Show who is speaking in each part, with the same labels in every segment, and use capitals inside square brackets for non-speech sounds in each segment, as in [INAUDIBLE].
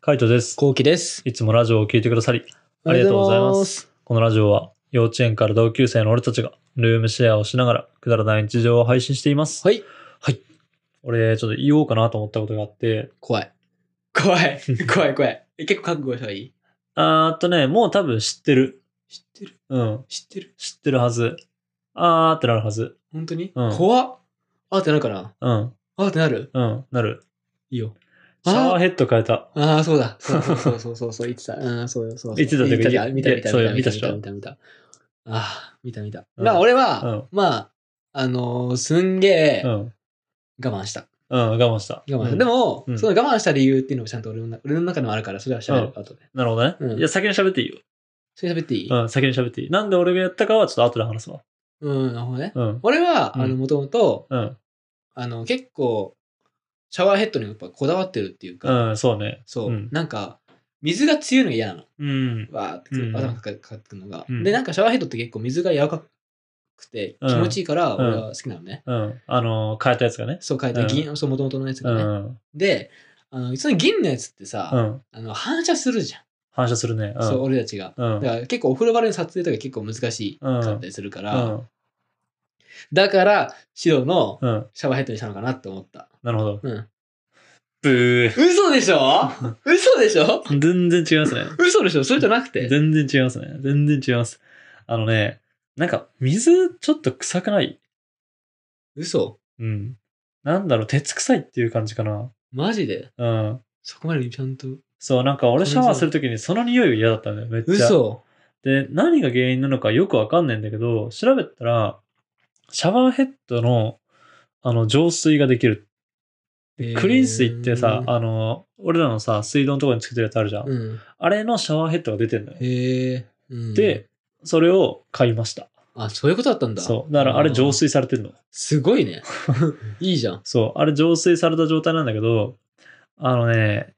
Speaker 1: カイトです。
Speaker 2: こうきです。
Speaker 1: いつもラジオを聞いてくださり、ありがとうございます。このラジオは幼稚園から同級生の俺たちがルームシェアをしながらくだらない日常を配信しています。
Speaker 2: はい。
Speaker 1: 俺、ちょっと言おうかなと思ったことがあって、
Speaker 2: 怖い。怖い。怖い怖い。え結構覚悟した方がいい
Speaker 1: あーっとね、もう多分知ってる。
Speaker 2: 知ってる
Speaker 1: うん。
Speaker 2: 知ってる
Speaker 1: 知ってるはず。あーってなるはず。
Speaker 2: 本当に、
Speaker 1: うん
Speaker 2: 怖っ。あーってなるかな
Speaker 1: うん。
Speaker 2: あーってなる
Speaker 1: うん。なる。
Speaker 2: いいよ。
Speaker 1: シャワー
Speaker 2: あー
Speaker 1: ヘッド変えた。
Speaker 2: あー、そうだ。そうそうそうそうそう、言ってた。うん、そうよ、そうそう。
Speaker 1: 言ってたというか
Speaker 2: 見た
Speaker 1: いや
Speaker 2: 見た見た
Speaker 1: そう
Speaker 2: 見
Speaker 1: よ
Speaker 2: た
Speaker 1: 見
Speaker 2: 見
Speaker 1: た
Speaker 2: た
Speaker 1: っ
Speaker 2: 見
Speaker 1: しょ
Speaker 2: た見た見た。ああ、見た見た。
Speaker 1: うん
Speaker 2: まあ俺
Speaker 1: う
Speaker 2: は、
Speaker 1: ん。
Speaker 2: まあ、あのーすんげえ
Speaker 1: う
Speaker 2: 我
Speaker 1: ん。
Speaker 2: 慢した。
Speaker 1: うん。我慢した。
Speaker 2: 我慢した。
Speaker 1: うん
Speaker 2: で、も、
Speaker 1: うん
Speaker 2: その我慢した理由っていうのもちゃんと俺の中俺の中にもあるから、それは喋る、後で。
Speaker 1: なるほどね。
Speaker 2: うん
Speaker 1: いや、先に喋っていいよ。
Speaker 2: それ喋っていい、
Speaker 1: うん。先に喋っていい。なんで俺がやったかはちょっと後で話すわ。
Speaker 2: うん、なるほどね。
Speaker 1: うん。
Speaker 2: 俺は、あ
Speaker 1: う
Speaker 2: の、
Speaker 1: ん
Speaker 2: もともと、
Speaker 1: うん。
Speaker 2: あの、結構、シャワーヘッドにやっぱこだわってるっていうか、
Speaker 1: うん。そうね。
Speaker 2: そう、
Speaker 1: うん
Speaker 2: なんか、水が強いのが嫌なの。
Speaker 1: うん。
Speaker 2: わーって
Speaker 1: うん
Speaker 2: 頭かかってくるのが、
Speaker 1: うん
Speaker 2: で、なんかシャワーヘッドって結構水が柔らかくて
Speaker 1: うん
Speaker 2: 気持ちいいから、俺は好きなのね。
Speaker 1: うん。あのー変えたやつがね。
Speaker 2: そう書いて、
Speaker 1: うん
Speaker 2: 銀、そう、もともとのやつ
Speaker 1: う
Speaker 2: がね。
Speaker 1: ん。
Speaker 2: で、あの、その銀のやつってさ、
Speaker 1: うん。
Speaker 2: あの反射するじゃん。
Speaker 1: 反射するね。うん。
Speaker 2: そう、俺たちが。
Speaker 1: うん。
Speaker 2: だから結構お風呂場での撮影とか結構難し
Speaker 1: うん
Speaker 2: かったりするか
Speaker 1: う
Speaker 2: ら、
Speaker 1: ん。
Speaker 2: だから白の
Speaker 1: うん。
Speaker 2: シャワーヘッドにしたのかなって思った。
Speaker 1: なるほど。
Speaker 2: うん。
Speaker 1: ブ
Speaker 2: 嘘でし
Speaker 1: [LAUGHS]
Speaker 2: ょ嘘でしょ
Speaker 1: ー。全然違いますね。
Speaker 2: 嘘でしょそれじゃなくて。
Speaker 1: 全然違いますね。全然違います。あのね、なんか、水ちょっと臭くない
Speaker 2: 嘘
Speaker 1: うん。なんだろう、鉄臭いっていう感じかな。
Speaker 2: マジで
Speaker 1: うん。
Speaker 2: そこまでちゃんと。
Speaker 1: そう、なんか俺シャワーするときにその匂いが嫌だったんだよ、めっちゃ。
Speaker 2: 嘘
Speaker 1: で、何が原因なのかよくわかんないんだけど、調べたら、シャワーヘッドの、あの、浄水ができる。
Speaker 2: え
Speaker 1: クリーン水ってさ、あの、俺らのさ、水道のところにつけてるやつあるじゃん。
Speaker 2: うん。
Speaker 1: あれのシャワーヘッドが出てんだよ。
Speaker 2: へえ。うん
Speaker 1: で、それを買いました。
Speaker 2: あ、そういうことだったんだ。
Speaker 1: そう。だからあれ浄
Speaker 2: あー。
Speaker 1: 水されてるの。
Speaker 2: すご [LAUGHS] いね。いいじゃん。
Speaker 1: そう。あれ浄水された状態なんだけど、あのね、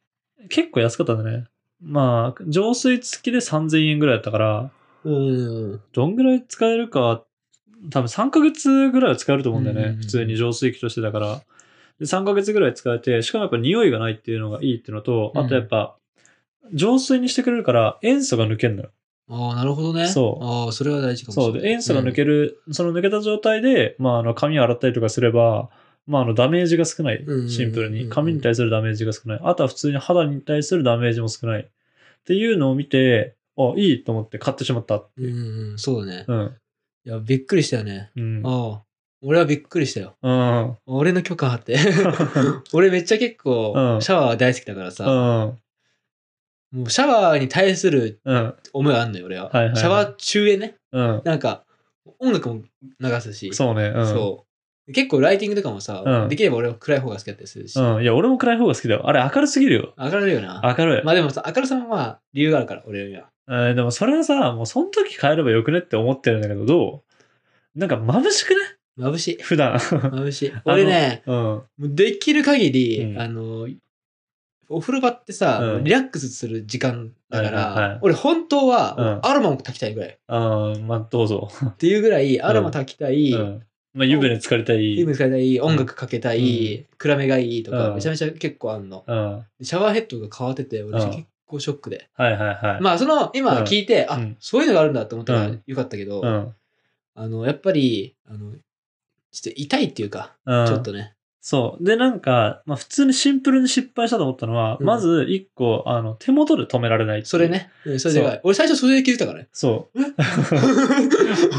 Speaker 1: 結構安かったんだね。まあ、浄水付きで3000円ぐらいだったから、
Speaker 2: うん。
Speaker 1: どんぐらい使えるか、多分3ヶ月ぐらいは使えると思うんだよ
Speaker 2: うんうん
Speaker 1: ね
Speaker 2: う。ん
Speaker 1: 普通に浄水器としてだから。で3ヶ月ぐらい使えて、しかもやっぱ匂いがないっていうのがいいっていうのと、
Speaker 2: うん
Speaker 1: あとやっぱ、浄水にしてくれるから塩素が抜けるのよ。
Speaker 2: ああ、なるほどね。
Speaker 1: そう
Speaker 2: ああ、それは大事かもし
Speaker 1: そ
Speaker 2: れ
Speaker 1: う
Speaker 2: ない。
Speaker 1: で、塩素が抜ける、その抜けた状態で、まあ、あの髪を洗ったりとかすれば、まあ、あのダメージが少ない
Speaker 2: うんうんうんう、ん
Speaker 1: シンプルに。髪に対するダメージが少ない。あとは普通に肌に対するダメージも少ない。っていうのを見て、あ、いいと思って買ってしまったって
Speaker 2: うん。
Speaker 1: いうう。
Speaker 2: んうん、そうだね。
Speaker 1: うん。
Speaker 2: いや、びっくりしたよね。
Speaker 1: うん。
Speaker 2: ああ。俺はびっくりしたよ。
Speaker 1: うん。
Speaker 2: 俺の許可あ
Speaker 1: [LAUGHS]
Speaker 2: って。俺めっちゃ結
Speaker 1: う
Speaker 2: 構
Speaker 1: ん
Speaker 2: シャワー大好きだから
Speaker 1: う
Speaker 2: さ、
Speaker 1: ん。
Speaker 2: もうシャワーに対する
Speaker 1: うん。
Speaker 2: 思いはあんのよ、俺は。
Speaker 1: はいはいはい
Speaker 2: シャワー中へね。
Speaker 1: うん。
Speaker 2: なんか、音楽も流すし、
Speaker 1: そうね。うん。
Speaker 2: そう結構ライティングとかもさ、
Speaker 1: うん
Speaker 2: できれば俺は暗い方が好きだったりするし、
Speaker 1: うん。いや、俺も暗い方が好きだよ。あれ、明るすぎるよ。
Speaker 2: 明るいよな。
Speaker 1: 明るい。
Speaker 2: まあでもさ、明るさもまあ理由があるから、俺には。
Speaker 1: えーでも、それはさ、もう、その時変えればよくねって思ってるんだけど、どうなんか、眩しくね [LAUGHS]
Speaker 2: 眩しい。
Speaker 1: 普段。
Speaker 2: 眩しい。俺ね、
Speaker 1: うん。
Speaker 2: もうできる限り、
Speaker 1: うん
Speaker 2: あの、お風呂場ってさ、
Speaker 1: うん
Speaker 2: リラックスする時間だか
Speaker 1: は
Speaker 2: ら、
Speaker 1: いはいはい
Speaker 2: 俺本当
Speaker 1: うん
Speaker 2: はアロマを炊きたいぐらい。
Speaker 1: ああ、まあ、どうぞ。
Speaker 2: っていうぐらい、アロマ炊きたい、
Speaker 1: うん。まあ、湯船浸かりたい。
Speaker 2: リ
Speaker 1: う
Speaker 2: ム
Speaker 1: ん。
Speaker 2: 使いたい、音楽かけたい、暗めがいいとか、
Speaker 1: うん
Speaker 2: めちゃめちゃ結構あんの。
Speaker 1: は
Speaker 2: シャワーヘッドが変わってて、俺
Speaker 1: うん
Speaker 2: 結構ショックで。
Speaker 1: いはいはい。
Speaker 2: まあ、その、今聞いて、
Speaker 1: う
Speaker 2: あ
Speaker 1: ん、
Speaker 2: そういうのがあるんだと思ったか
Speaker 1: う
Speaker 2: ら
Speaker 1: ん
Speaker 2: よかったけど、
Speaker 1: うん。
Speaker 2: あの、やっぱり、あの、ちょっと痛いっていうか、
Speaker 1: うん。
Speaker 2: ちょっとね。
Speaker 1: そう。で、なんか、まあ、普通にシンプルに失敗したと思ったのは、
Speaker 2: うん
Speaker 1: まず、一個、あの、手元で止められないっていう。
Speaker 2: それ。ね。うんそれでかい俺最初それで気づいたからね
Speaker 1: [LAUGHS] そう。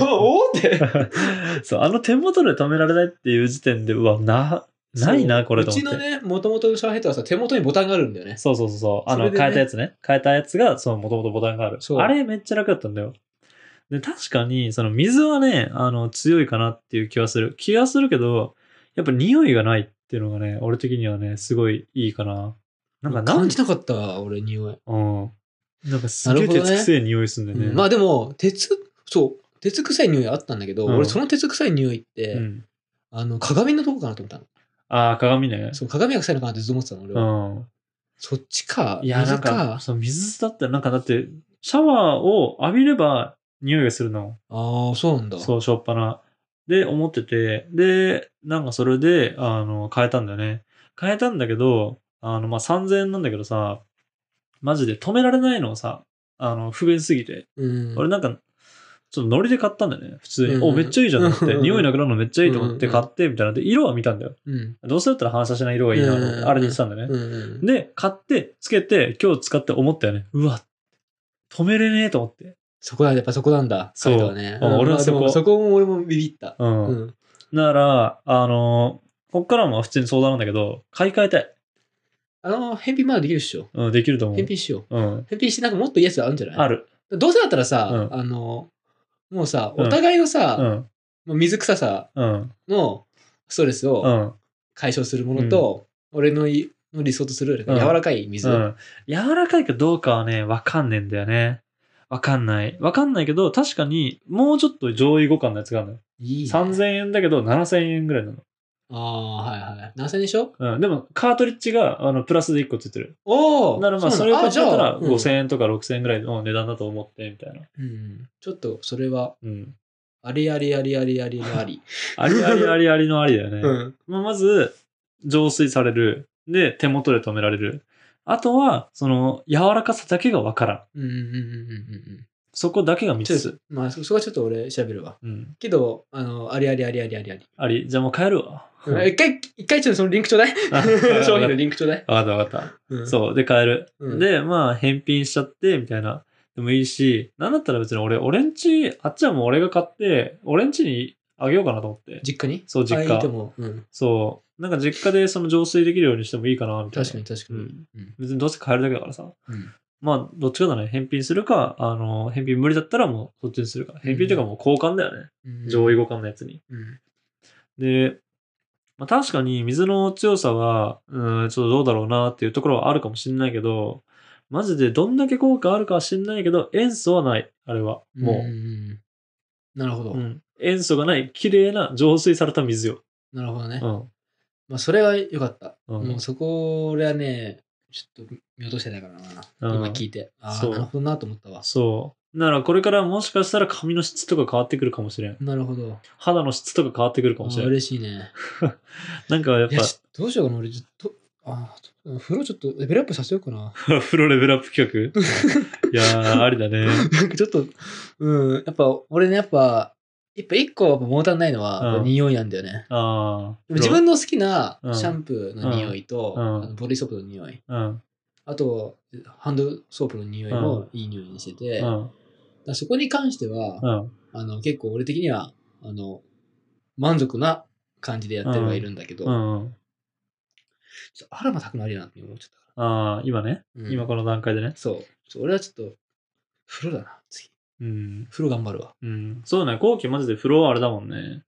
Speaker 2: おおって。
Speaker 1: [LAUGHS] そう、あの手元で止められないっていう時点で、うわ、な、ないな、これ
Speaker 2: う
Speaker 1: と思
Speaker 2: ち
Speaker 1: って。
Speaker 2: のね、もともとのシャワーヘッドはさ、手元にボタンがあるんだよね。
Speaker 1: そうそうそうそう。あ
Speaker 2: そ
Speaker 1: の、
Speaker 2: れでね
Speaker 1: 変えたやつね。変えたやつが、その、もともとボタンがある
Speaker 2: そ。う
Speaker 1: あれめっちゃ楽だったんだよ。で、確かに、その、水はね、あの、強いかなっていう気はする。気はするけど、やっぱ匂いがないっていうのがね、俺的にはね、すごいいいかな。なんか、なん
Speaker 2: 感じなかったわ、俺、匂い。
Speaker 1: うん。なんか、すげえ
Speaker 2: なるほどね
Speaker 1: 鉄臭い匂いするんだよね。
Speaker 2: うんまあでも、鉄、そう、鉄臭い匂いあったんだけど、
Speaker 1: うん
Speaker 2: 俺その鉄臭い匂いって、
Speaker 1: うん
Speaker 2: あの、鏡のとこかなと思ったの。
Speaker 1: ああ、鏡ね。
Speaker 2: そう、鏡が臭いのかなってずっと思ってたの、俺
Speaker 1: う
Speaker 2: は。
Speaker 1: ん。
Speaker 2: そっちか、
Speaker 1: いや、
Speaker 2: 水
Speaker 1: なんか、その水だったら、なんかだって、シャワーを浴びれば匂いがするの。
Speaker 2: ああ、そうなんだ。
Speaker 1: そう、しょっぱな。で、思ってて、で、なんかそれで、あの、変えたんだよね。変えたんだけど、あの、まあ、3000円なんだけどさ、マジで止められないのをさ、あの、不便すぎて。
Speaker 2: うん。
Speaker 1: 俺なんか、ちょっとノリで買ったんだよね、普通に。
Speaker 2: うん
Speaker 1: お、めっちゃいいじゃんと思って
Speaker 2: う。ん
Speaker 1: 匂いなくなるのめっちゃいいと思って買って、みたいな。で、色は見たんだよ。
Speaker 2: うん。
Speaker 1: どうせだったら反射しない色がいいなと思って、
Speaker 2: うん
Speaker 1: あれにしたんだよね。
Speaker 2: うん。
Speaker 1: で、買って、つけて、今日使って思ったよね。うわ、止めれねえと思って。
Speaker 2: そこは、やっぱそこなんだ。
Speaker 1: そう
Speaker 2: 彼らはね。
Speaker 1: うん俺は
Speaker 2: まあ
Speaker 1: そこ
Speaker 2: でもそこも俺もビビった。
Speaker 1: う。
Speaker 2: うんん。
Speaker 1: だから、あのこっからも普通に相談なんだけど、買い替えたい。
Speaker 2: あの、返品まだできるっしょ。
Speaker 1: うん、できると思う
Speaker 2: 返。品しよう。
Speaker 1: うん。
Speaker 2: 返品してなんかもっといいやつあるんじゃない
Speaker 1: ある。
Speaker 2: どうせだったらさ、
Speaker 1: う
Speaker 2: あの、もうさ、
Speaker 1: うん
Speaker 2: お互いの
Speaker 1: う
Speaker 2: さ、
Speaker 1: ん。
Speaker 2: 水臭さ
Speaker 1: うん。
Speaker 2: のストレス
Speaker 1: う
Speaker 2: を
Speaker 1: ん。
Speaker 2: 解消するものと、俺のいの理想とする
Speaker 1: うん
Speaker 2: 柔らかい水。
Speaker 1: う
Speaker 2: うん
Speaker 1: ん。柔らかいかどうかはね、わかんねえんだよね。わかんない。わかんないけど、確かに、もうちょっと上位互換のやつがあるのよ。
Speaker 2: いいね。
Speaker 1: 3000円だけど、7000円ぐらいなの。
Speaker 2: ああ、はいはい。何千でしょ
Speaker 1: うん。でも、カートリッジが、あの、プラスで1個ついてる。
Speaker 2: おお
Speaker 1: なら、まあ、それを買っ
Speaker 2: じゃ
Speaker 1: た
Speaker 2: あ
Speaker 1: ら、5000円とか6000円ぐらいの値段だと思って、みたいな。
Speaker 2: うんうんちょっと、それは、
Speaker 1: うん。
Speaker 2: ありありありありありあり。
Speaker 1: あ
Speaker 2: [LAUGHS]
Speaker 1: りありありありのありだよね。
Speaker 2: うん。
Speaker 1: まあ、まず、浄水される。で、手元で止められる。あとは、その、柔らかさだけがわからん。
Speaker 2: うんうんうんうんうん
Speaker 1: そこだけが
Speaker 2: うん。
Speaker 1: 3
Speaker 2: ちょっ
Speaker 1: つ
Speaker 2: と。、まあ、そそこはちょっと俺調べるわ。
Speaker 1: うん。
Speaker 2: けど、あの、ありありありありありあり。
Speaker 1: あり。じゃあもう帰るわ。
Speaker 2: うん一回、一回ちょっとそのリンクちょうだい。
Speaker 1: [LAUGHS] あ
Speaker 2: [LAUGHS] 商品のリンクちょうだい。
Speaker 1: わかったわかった。
Speaker 2: うん
Speaker 1: そう。で、買える。
Speaker 2: うん
Speaker 1: で、まあ、返品しちゃって、みたいな。でもいいし、なんだったら別に俺、俺んち、あっちはもう俺が買って、俺んちにあげようかなと思って。
Speaker 2: 実家に
Speaker 1: そう実家
Speaker 2: あいいと思う。うん。
Speaker 1: そう。なんか実家でその浄水できるようにしてもいいかな、みたいな。
Speaker 2: 確かに確かに。
Speaker 1: うん
Speaker 2: うん
Speaker 1: 別にどうせ買えるだけだからさ。
Speaker 2: うん
Speaker 1: まあ、どっちかだね。返品するか、あの、返品無理だったらもうそっちにするか。返品というかもう交換だよね。
Speaker 2: うん
Speaker 1: 上位互換のやつに。
Speaker 2: うん
Speaker 1: で、まあ、確かに水の強さは、うん、ちょっとどうだろうなっていうところはあるかもしれないけど、マジでどんだけ効果あるかは知んないけど、塩素はない。あれは。も
Speaker 2: んなるほ
Speaker 1: う。
Speaker 2: ど。
Speaker 1: うん塩素がない、綺麗な浄水された水よ。
Speaker 2: なるほどね。
Speaker 1: うん。
Speaker 2: まあ、それは良かった。
Speaker 1: うん
Speaker 2: もうそこ、俺はね、ちょっと見落としてたからな。
Speaker 1: うん
Speaker 2: 今聞いて。ああ、
Speaker 1: そう
Speaker 2: なるほどなと思ったわ。
Speaker 1: そう。ならこれからもしかしたら髪の質とか変わってくるかもしれん。
Speaker 2: なるほど。
Speaker 1: 肌の質とか変わってくるかもし
Speaker 2: あ
Speaker 1: れん。
Speaker 2: 嬉しいね。
Speaker 1: なんかやっ
Speaker 2: いや、
Speaker 1: ぱ、
Speaker 2: ちょどうしようかな、俺。ちょっと、ああ、風呂ちょっとレベルアップさせようかな。
Speaker 1: プロレベルアップ
Speaker 2: [LAUGHS]
Speaker 1: 企画いやー、ありだね。
Speaker 2: なんかちょっと、うん、やっぱ、俺ね、やっぱ、やっぱ一個やっぱ物足んないのは、
Speaker 1: うん
Speaker 2: やっぱ匂いなんだよね。
Speaker 1: あー。
Speaker 2: 自分の好きな
Speaker 1: うん
Speaker 2: シャンプーの匂いと、
Speaker 1: うん
Speaker 2: あのボディーソープの匂い、
Speaker 1: うん。
Speaker 2: あとハンドソープの匂いもいい匂いにしてて、
Speaker 1: う
Speaker 2: だか
Speaker 1: ん。
Speaker 2: らそこに関しては、
Speaker 1: うん。
Speaker 2: あの結構俺的にはあの満足な感じでやってはいるんだけど、
Speaker 1: うん。うん。
Speaker 2: ちょっとアロマたくなりなって思っちゃったか
Speaker 1: ああ、今ね。
Speaker 2: ら、うん
Speaker 1: 今この段階でね。
Speaker 2: そうちょ俺はちょっと風呂だな次
Speaker 1: うん。
Speaker 2: 風呂頑張るわ
Speaker 1: うん。そうだね。後期マジで風呂はあれだもんね。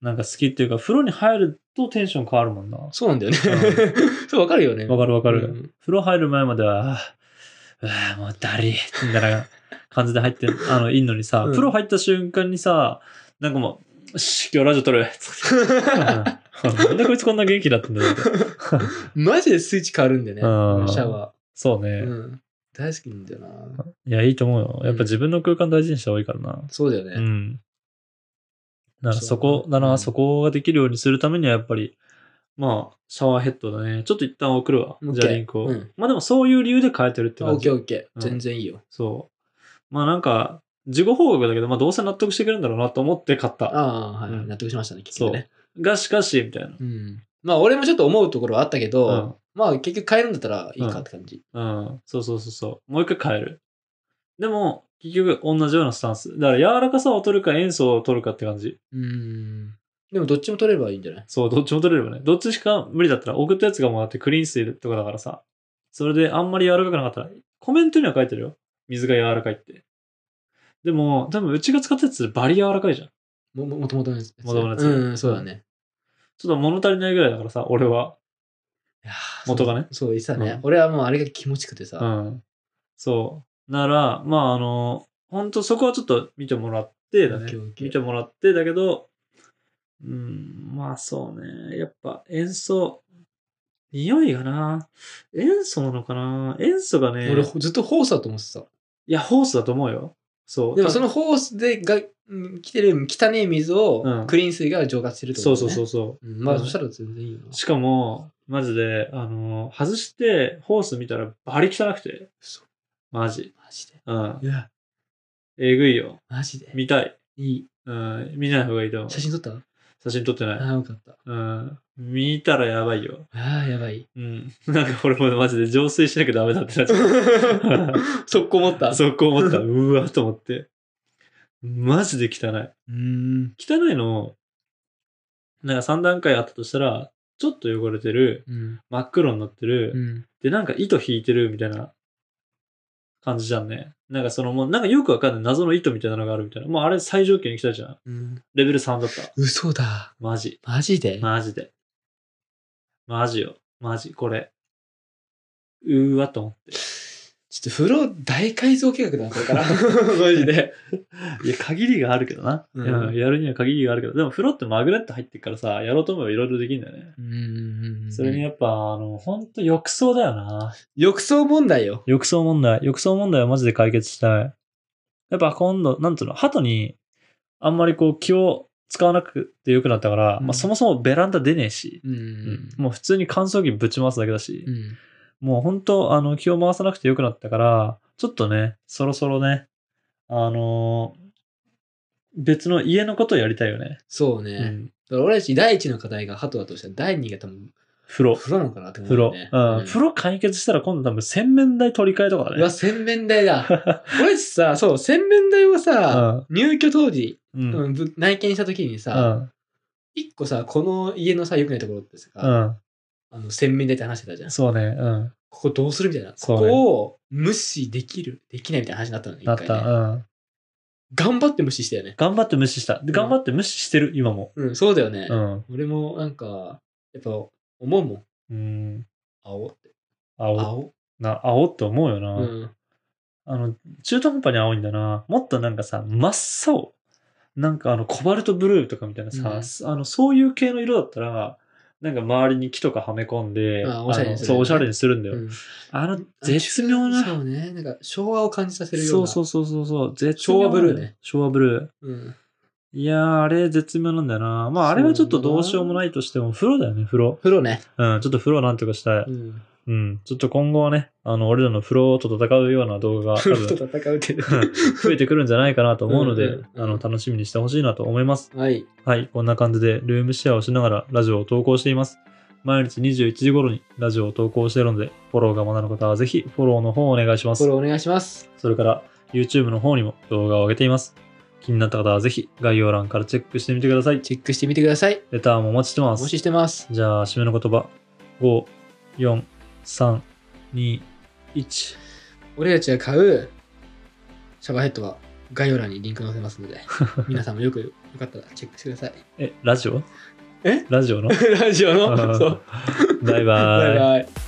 Speaker 1: なんか好きっていうか、風呂に入るとテンション変わるもんな。わ
Speaker 2: そうなんだよね、 [LAUGHS] そうわかるよね
Speaker 1: かるわかる。
Speaker 2: うん
Speaker 1: 風呂入る前までは、あーうわーもうだりーみたいな感じで入って、あの、いんのにさ、
Speaker 2: うん
Speaker 1: 風呂入った瞬間にさ、なんかもう、よし、今日ラジオ撮る。
Speaker 2: [LAUGHS]
Speaker 1: うんなんでこいつこんな元気だったんだろうって。
Speaker 2: マジでスイッチ変わるんだよ
Speaker 1: う
Speaker 2: ね、
Speaker 1: ん
Speaker 2: シャワ
Speaker 1: そう
Speaker 2: ー、
Speaker 1: ね。
Speaker 2: うん、大好きなんだよない
Speaker 1: や、いいと思うよ。やっぱ自分の空間大事にした方がいいからな。
Speaker 2: そうだよね、
Speaker 1: うん。だからそこ
Speaker 2: そう
Speaker 1: だ
Speaker 2: だね
Speaker 1: な、
Speaker 2: うん
Speaker 1: そこができるようにするためにはやっぱり、まあ、シャワーヘッドだね。ちょっと一旦送るわ。
Speaker 2: OK
Speaker 1: じゃあリンクを。
Speaker 2: うん
Speaker 1: まあでもそういう理由で変えてるって
Speaker 2: オ
Speaker 1: 感
Speaker 2: ッ
Speaker 1: じ
Speaker 2: ケ。ーオッケ
Speaker 1: う
Speaker 2: ー。
Speaker 1: ん
Speaker 2: 全然いいよ。
Speaker 1: そう。まあなんか、事後報告だけど、まあどうせ納得してくれるんだろうなと思って買った。
Speaker 2: ああ、はい、
Speaker 1: うん
Speaker 2: 納得しましたね、結局ね。
Speaker 1: が、しかし、みたいな。
Speaker 2: うん。まあ、俺もちょっと思うところはあったけど、
Speaker 1: うん
Speaker 2: まあ、結局変えるんだったらいいかって感じ。
Speaker 1: うん。そうそうそうそう。もう一回変える。でも、結局同じようなスタンス。だから柔らかさを取るか塩素を取るかって感じ。
Speaker 2: うん。でも、どっちも取れればいいんじゃない
Speaker 1: そう、どっちも取れればね。どっちしか無理だったら、送ったやつがもらってクリーン水とかだからさ。それであんまり柔らかくなかったら、コメントには書いてるよ。水が柔らかいって。でも、多分うちが使ったやつバリ柔らかいじゃん。
Speaker 2: もももともとのやつ。
Speaker 1: 元々のやつ
Speaker 2: うん、そうだね。
Speaker 1: ちょっと物足りないぐらいだからさ、俺は。
Speaker 2: いやー
Speaker 1: 元がね。
Speaker 2: そう、そう言ってたね、
Speaker 1: うん
Speaker 2: 俺はもうあれが気持ちよくてさ。
Speaker 1: うん。そう。なら、まああの、ほんとそこはちょっと見てもらってだ
Speaker 2: オッ
Speaker 1: ね
Speaker 2: ケーオッ。ケー
Speaker 1: 見てもらってだけど、うん、まあそうね。やっぱ塩素、匂いがな。塩素なのかな塩素がね。
Speaker 2: 俺、ずっとホースだと思ってた。
Speaker 1: いや、ホースだと思うよ。そう。
Speaker 2: でも、そ
Speaker 1: の、
Speaker 2: のホースでが、うん来てる汚い水を
Speaker 1: うん
Speaker 2: クリーン水が浄化してるって
Speaker 1: そ
Speaker 2: こ
Speaker 1: う
Speaker 2: と
Speaker 1: そう
Speaker 2: ね。
Speaker 1: そううそ
Speaker 2: んま
Speaker 1: う
Speaker 2: あ、
Speaker 1: ん
Speaker 2: そしたら全然いいよな
Speaker 1: う。しかも、マジで、あの、外して、ホース見たらバリ汚くて。
Speaker 2: 嘘
Speaker 1: マジ。
Speaker 2: マジで。
Speaker 1: うん。
Speaker 2: いや、
Speaker 1: えぐいよ。
Speaker 2: マジで。
Speaker 1: 見たい。
Speaker 2: いい。
Speaker 1: うん。見ない方がいいと思う。
Speaker 2: 写真撮った
Speaker 1: 写真撮ってない。
Speaker 2: ああ、よかった。
Speaker 1: うん。見たらやばいよ。
Speaker 2: ああ、や
Speaker 1: [LAUGHS]
Speaker 2: ばい。
Speaker 1: うん。なんか俺もマジで浄水しなきゃダメだってなっちゃ
Speaker 2: [LAUGHS]
Speaker 1: っ
Speaker 2: 速攻持った。
Speaker 1: た。そこ思った。うわと思って。マジで汚い。
Speaker 2: うーん。
Speaker 1: 汚いの、なんか3段階あったとしたら、ちょっと汚れてる、
Speaker 2: うん。
Speaker 1: 真っ黒になってる、
Speaker 2: うん。
Speaker 1: で、なんか糸引いてるみたいな感じじゃんね。なんかそのもう、なんかよくわかんない謎の糸みたいなのがあるみたいな。もうあれ最上級に来たじゃん。
Speaker 2: うん。
Speaker 1: レベル3だった。
Speaker 2: 嘘だ。
Speaker 1: マジ。
Speaker 2: マジで。
Speaker 1: マジで。マジよ。マジ。これ。うーわと思って。
Speaker 2: ちょっと風呂大改造計画だな、こ
Speaker 1: [LAUGHS]
Speaker 2: れから。マジで。
Speaker 1: いや、限りがあるけどな。
Speaker 2: うん
Speaker 1: うんやるには限りがあるけど。でも風呂ってマグネット入ってっからさ、やろうと思えばいろいろできるんだよね。
Speaker 2: うん。
Speaker 1: それにやっぱ、あの、ほんと浴槽だよな。
Speaker 2: 浴槽問題よ。
Speaker 1: 浴槽問題。浴槽問題はマジで解決したい。やっぱ今度、なんつうの、鳩に、あんまりこう気を使わなくてよくなったから、
Speaker 2: うん
Speaker 1: まあそもそもベランダ出ねえし、
Speaker 2: う
Speaker 1: うん
Speaker 2: ん。
Speaker 1: もう普通に乾燥機ぶち回すだけだし、
Speaker 2: うん。
Speaker 1: もう本当あの、気を回さなくてよくなったから、ちょっとね、そろそろね、あのー別の家のことをやりたいよね。
Speaker 2: そう
Speaker 1: う
Speaker 2: ね。
Speaker 1: ん
Speaker 2: だから俺たち第一の課題が鳩だとしたら、第二が多分、
Speaker 1: 風呂。
Speaker 2: 風呂なのかなって思
Speaker 1: 風
Speaker 2: うよ
Speaker 1: 呂
Speaker 2: ね。。
Speaker 1: うん。風
Speaker 2: 呂
Speaker 1: 呂解決したら今度多分洗面台取り替えとかだ
Speaker 2: うわ、
Speaker 1: ね。
Speaker 2: 洗面
Speaker 1: [LAUGHS]
Speaker 2: 台だ。俺たちさ、そう、洗面台をさ、入居当時、
Speaker 1: うん。うん。
Speaker 2: うんぶ内見した時に
Speaker 1: う
Speaker 2: さ、
Speaker 1: ん。
Speaker 2: 一個さ、この家のさ、良くないところってさ、
Speaker 1: うん。
Speaker 2: あの洗面台って話してたじゃん。
Speaker 1: そうね。うん。
Speaker 2: ここどうするみたいな。
Speaker 1: そう
Speaker 2: こ
Speaker 1: ね
Speaker 2: こを無視できる、できないみたいな話になったのね、
Speaker 1: な
Speaker 2: 一
Speaker 1: っ
Speaker 2: 回
Speaker 1: た。
Speaker 2: ね。
Speaker 1: うん。
Speaker 2: 頑張って無視したよね。
Speaker 1: 頑張って無視した。で
Speaker 2: ん
Speaker 1: 頑張って無視してる、今も。
Speaker 2: うん、そうだよね
Speaker 1: う。ん。
Speaker 2: 俺もなんか、やっぱ思うもん。
Speaker 1: うん。
Speaker 2: 青って。
Speaker 1: 青。
Speaker 2: 青
Speaker 1: な、青って思うよな。
Speaker 2: うん。
Speaker 1: あの、中途半端に青いんだな。もっとなんかさ、真っ青。なんかあの、コバルトブルーとかみたいなさ、
Speaker 2: うん
Speaker 1: すあの、そういう系の色だったら、なんか周りに木とかはめ込んで、
Speaker 2: あおしゃれにす
Speaker 1: あの
Speaker 2: る
Speaker 1: そう、おしゃれにするんだよ。
Speaker 2: うん
Speaker 1: あの、絶妙な。
Speaker 2: そうね。なんか昭和を感じさせるよう
Speaker 1: そ
Speaker 2: な。
Speaker 1: うそううそうそうそう。絶
Speaker 2: 昭和ブルーね
Speaker 1: 妙な。昭和ブルー。
Speaker 2: そう。うん。
Speaker 1: いやー、あれ絶妙なんだよな。まあ、あれはちょっとどうしようもないとしても、風呂だよね、風呂。
Speaker 2: 風呂ね。
Speaker 1: うん、ちょっと風呂なんとかしたい。
Speaker 2: ん。
Speaker 1: うん、ちょっと今後はね、あの、俺らのフローと戦うような動画が多
Speaker 2: 風呂と
Speaker 1: 分
Speaker 2: 戦うってね。
Speaker 1: 増えてくるんじゃないかなと思うので、
Speaker 2: うんうんうん
Speaker 1: あの、楽しみにしてほしいなと思います。
Speaker 2: [LAUGHS] はい。
Speaker 1: はい、こんな感じでルームシェアをしながらラジオを投稿しています。毎日21時頃にラジオを投稿しているので、フォローがまだの方はぜひフォローの方をお願いしま
Speaker 2: こ
Speaker 1: す
Speaker 2: れ。お願いします。
Speaker 1: それから、YouTube の方にも動画を上げています。気になった方はぜひ概要欄からチェックしてみてください。
Speaker 2: チェックしてみてください。
Speaker 1: レターもお待ちしてま
Speaker 2: お
Speaker 1: す
Speaker 2: 待。ちしてます。
Speaker 1: じゃあ、締めの言葉。5、4、3、2、1。
Speaker 2: 俺たちが買うシャワーヘッドは概要欄にリンク載せますの [LAUGHS] で、皆さんもよくよかったらチェックしてください。
Speaker 1: え、ラジオ
Speaker 2: え
Speaker 1: ラジオの
Speaker 2: [LAUGHS] ラジオ
Speaker 1: あー
Speaker 2: [LAUGHS] の、そう。
Speaker 1: [LAUGHS] バイバイ。
Speaker 2: バイバイ。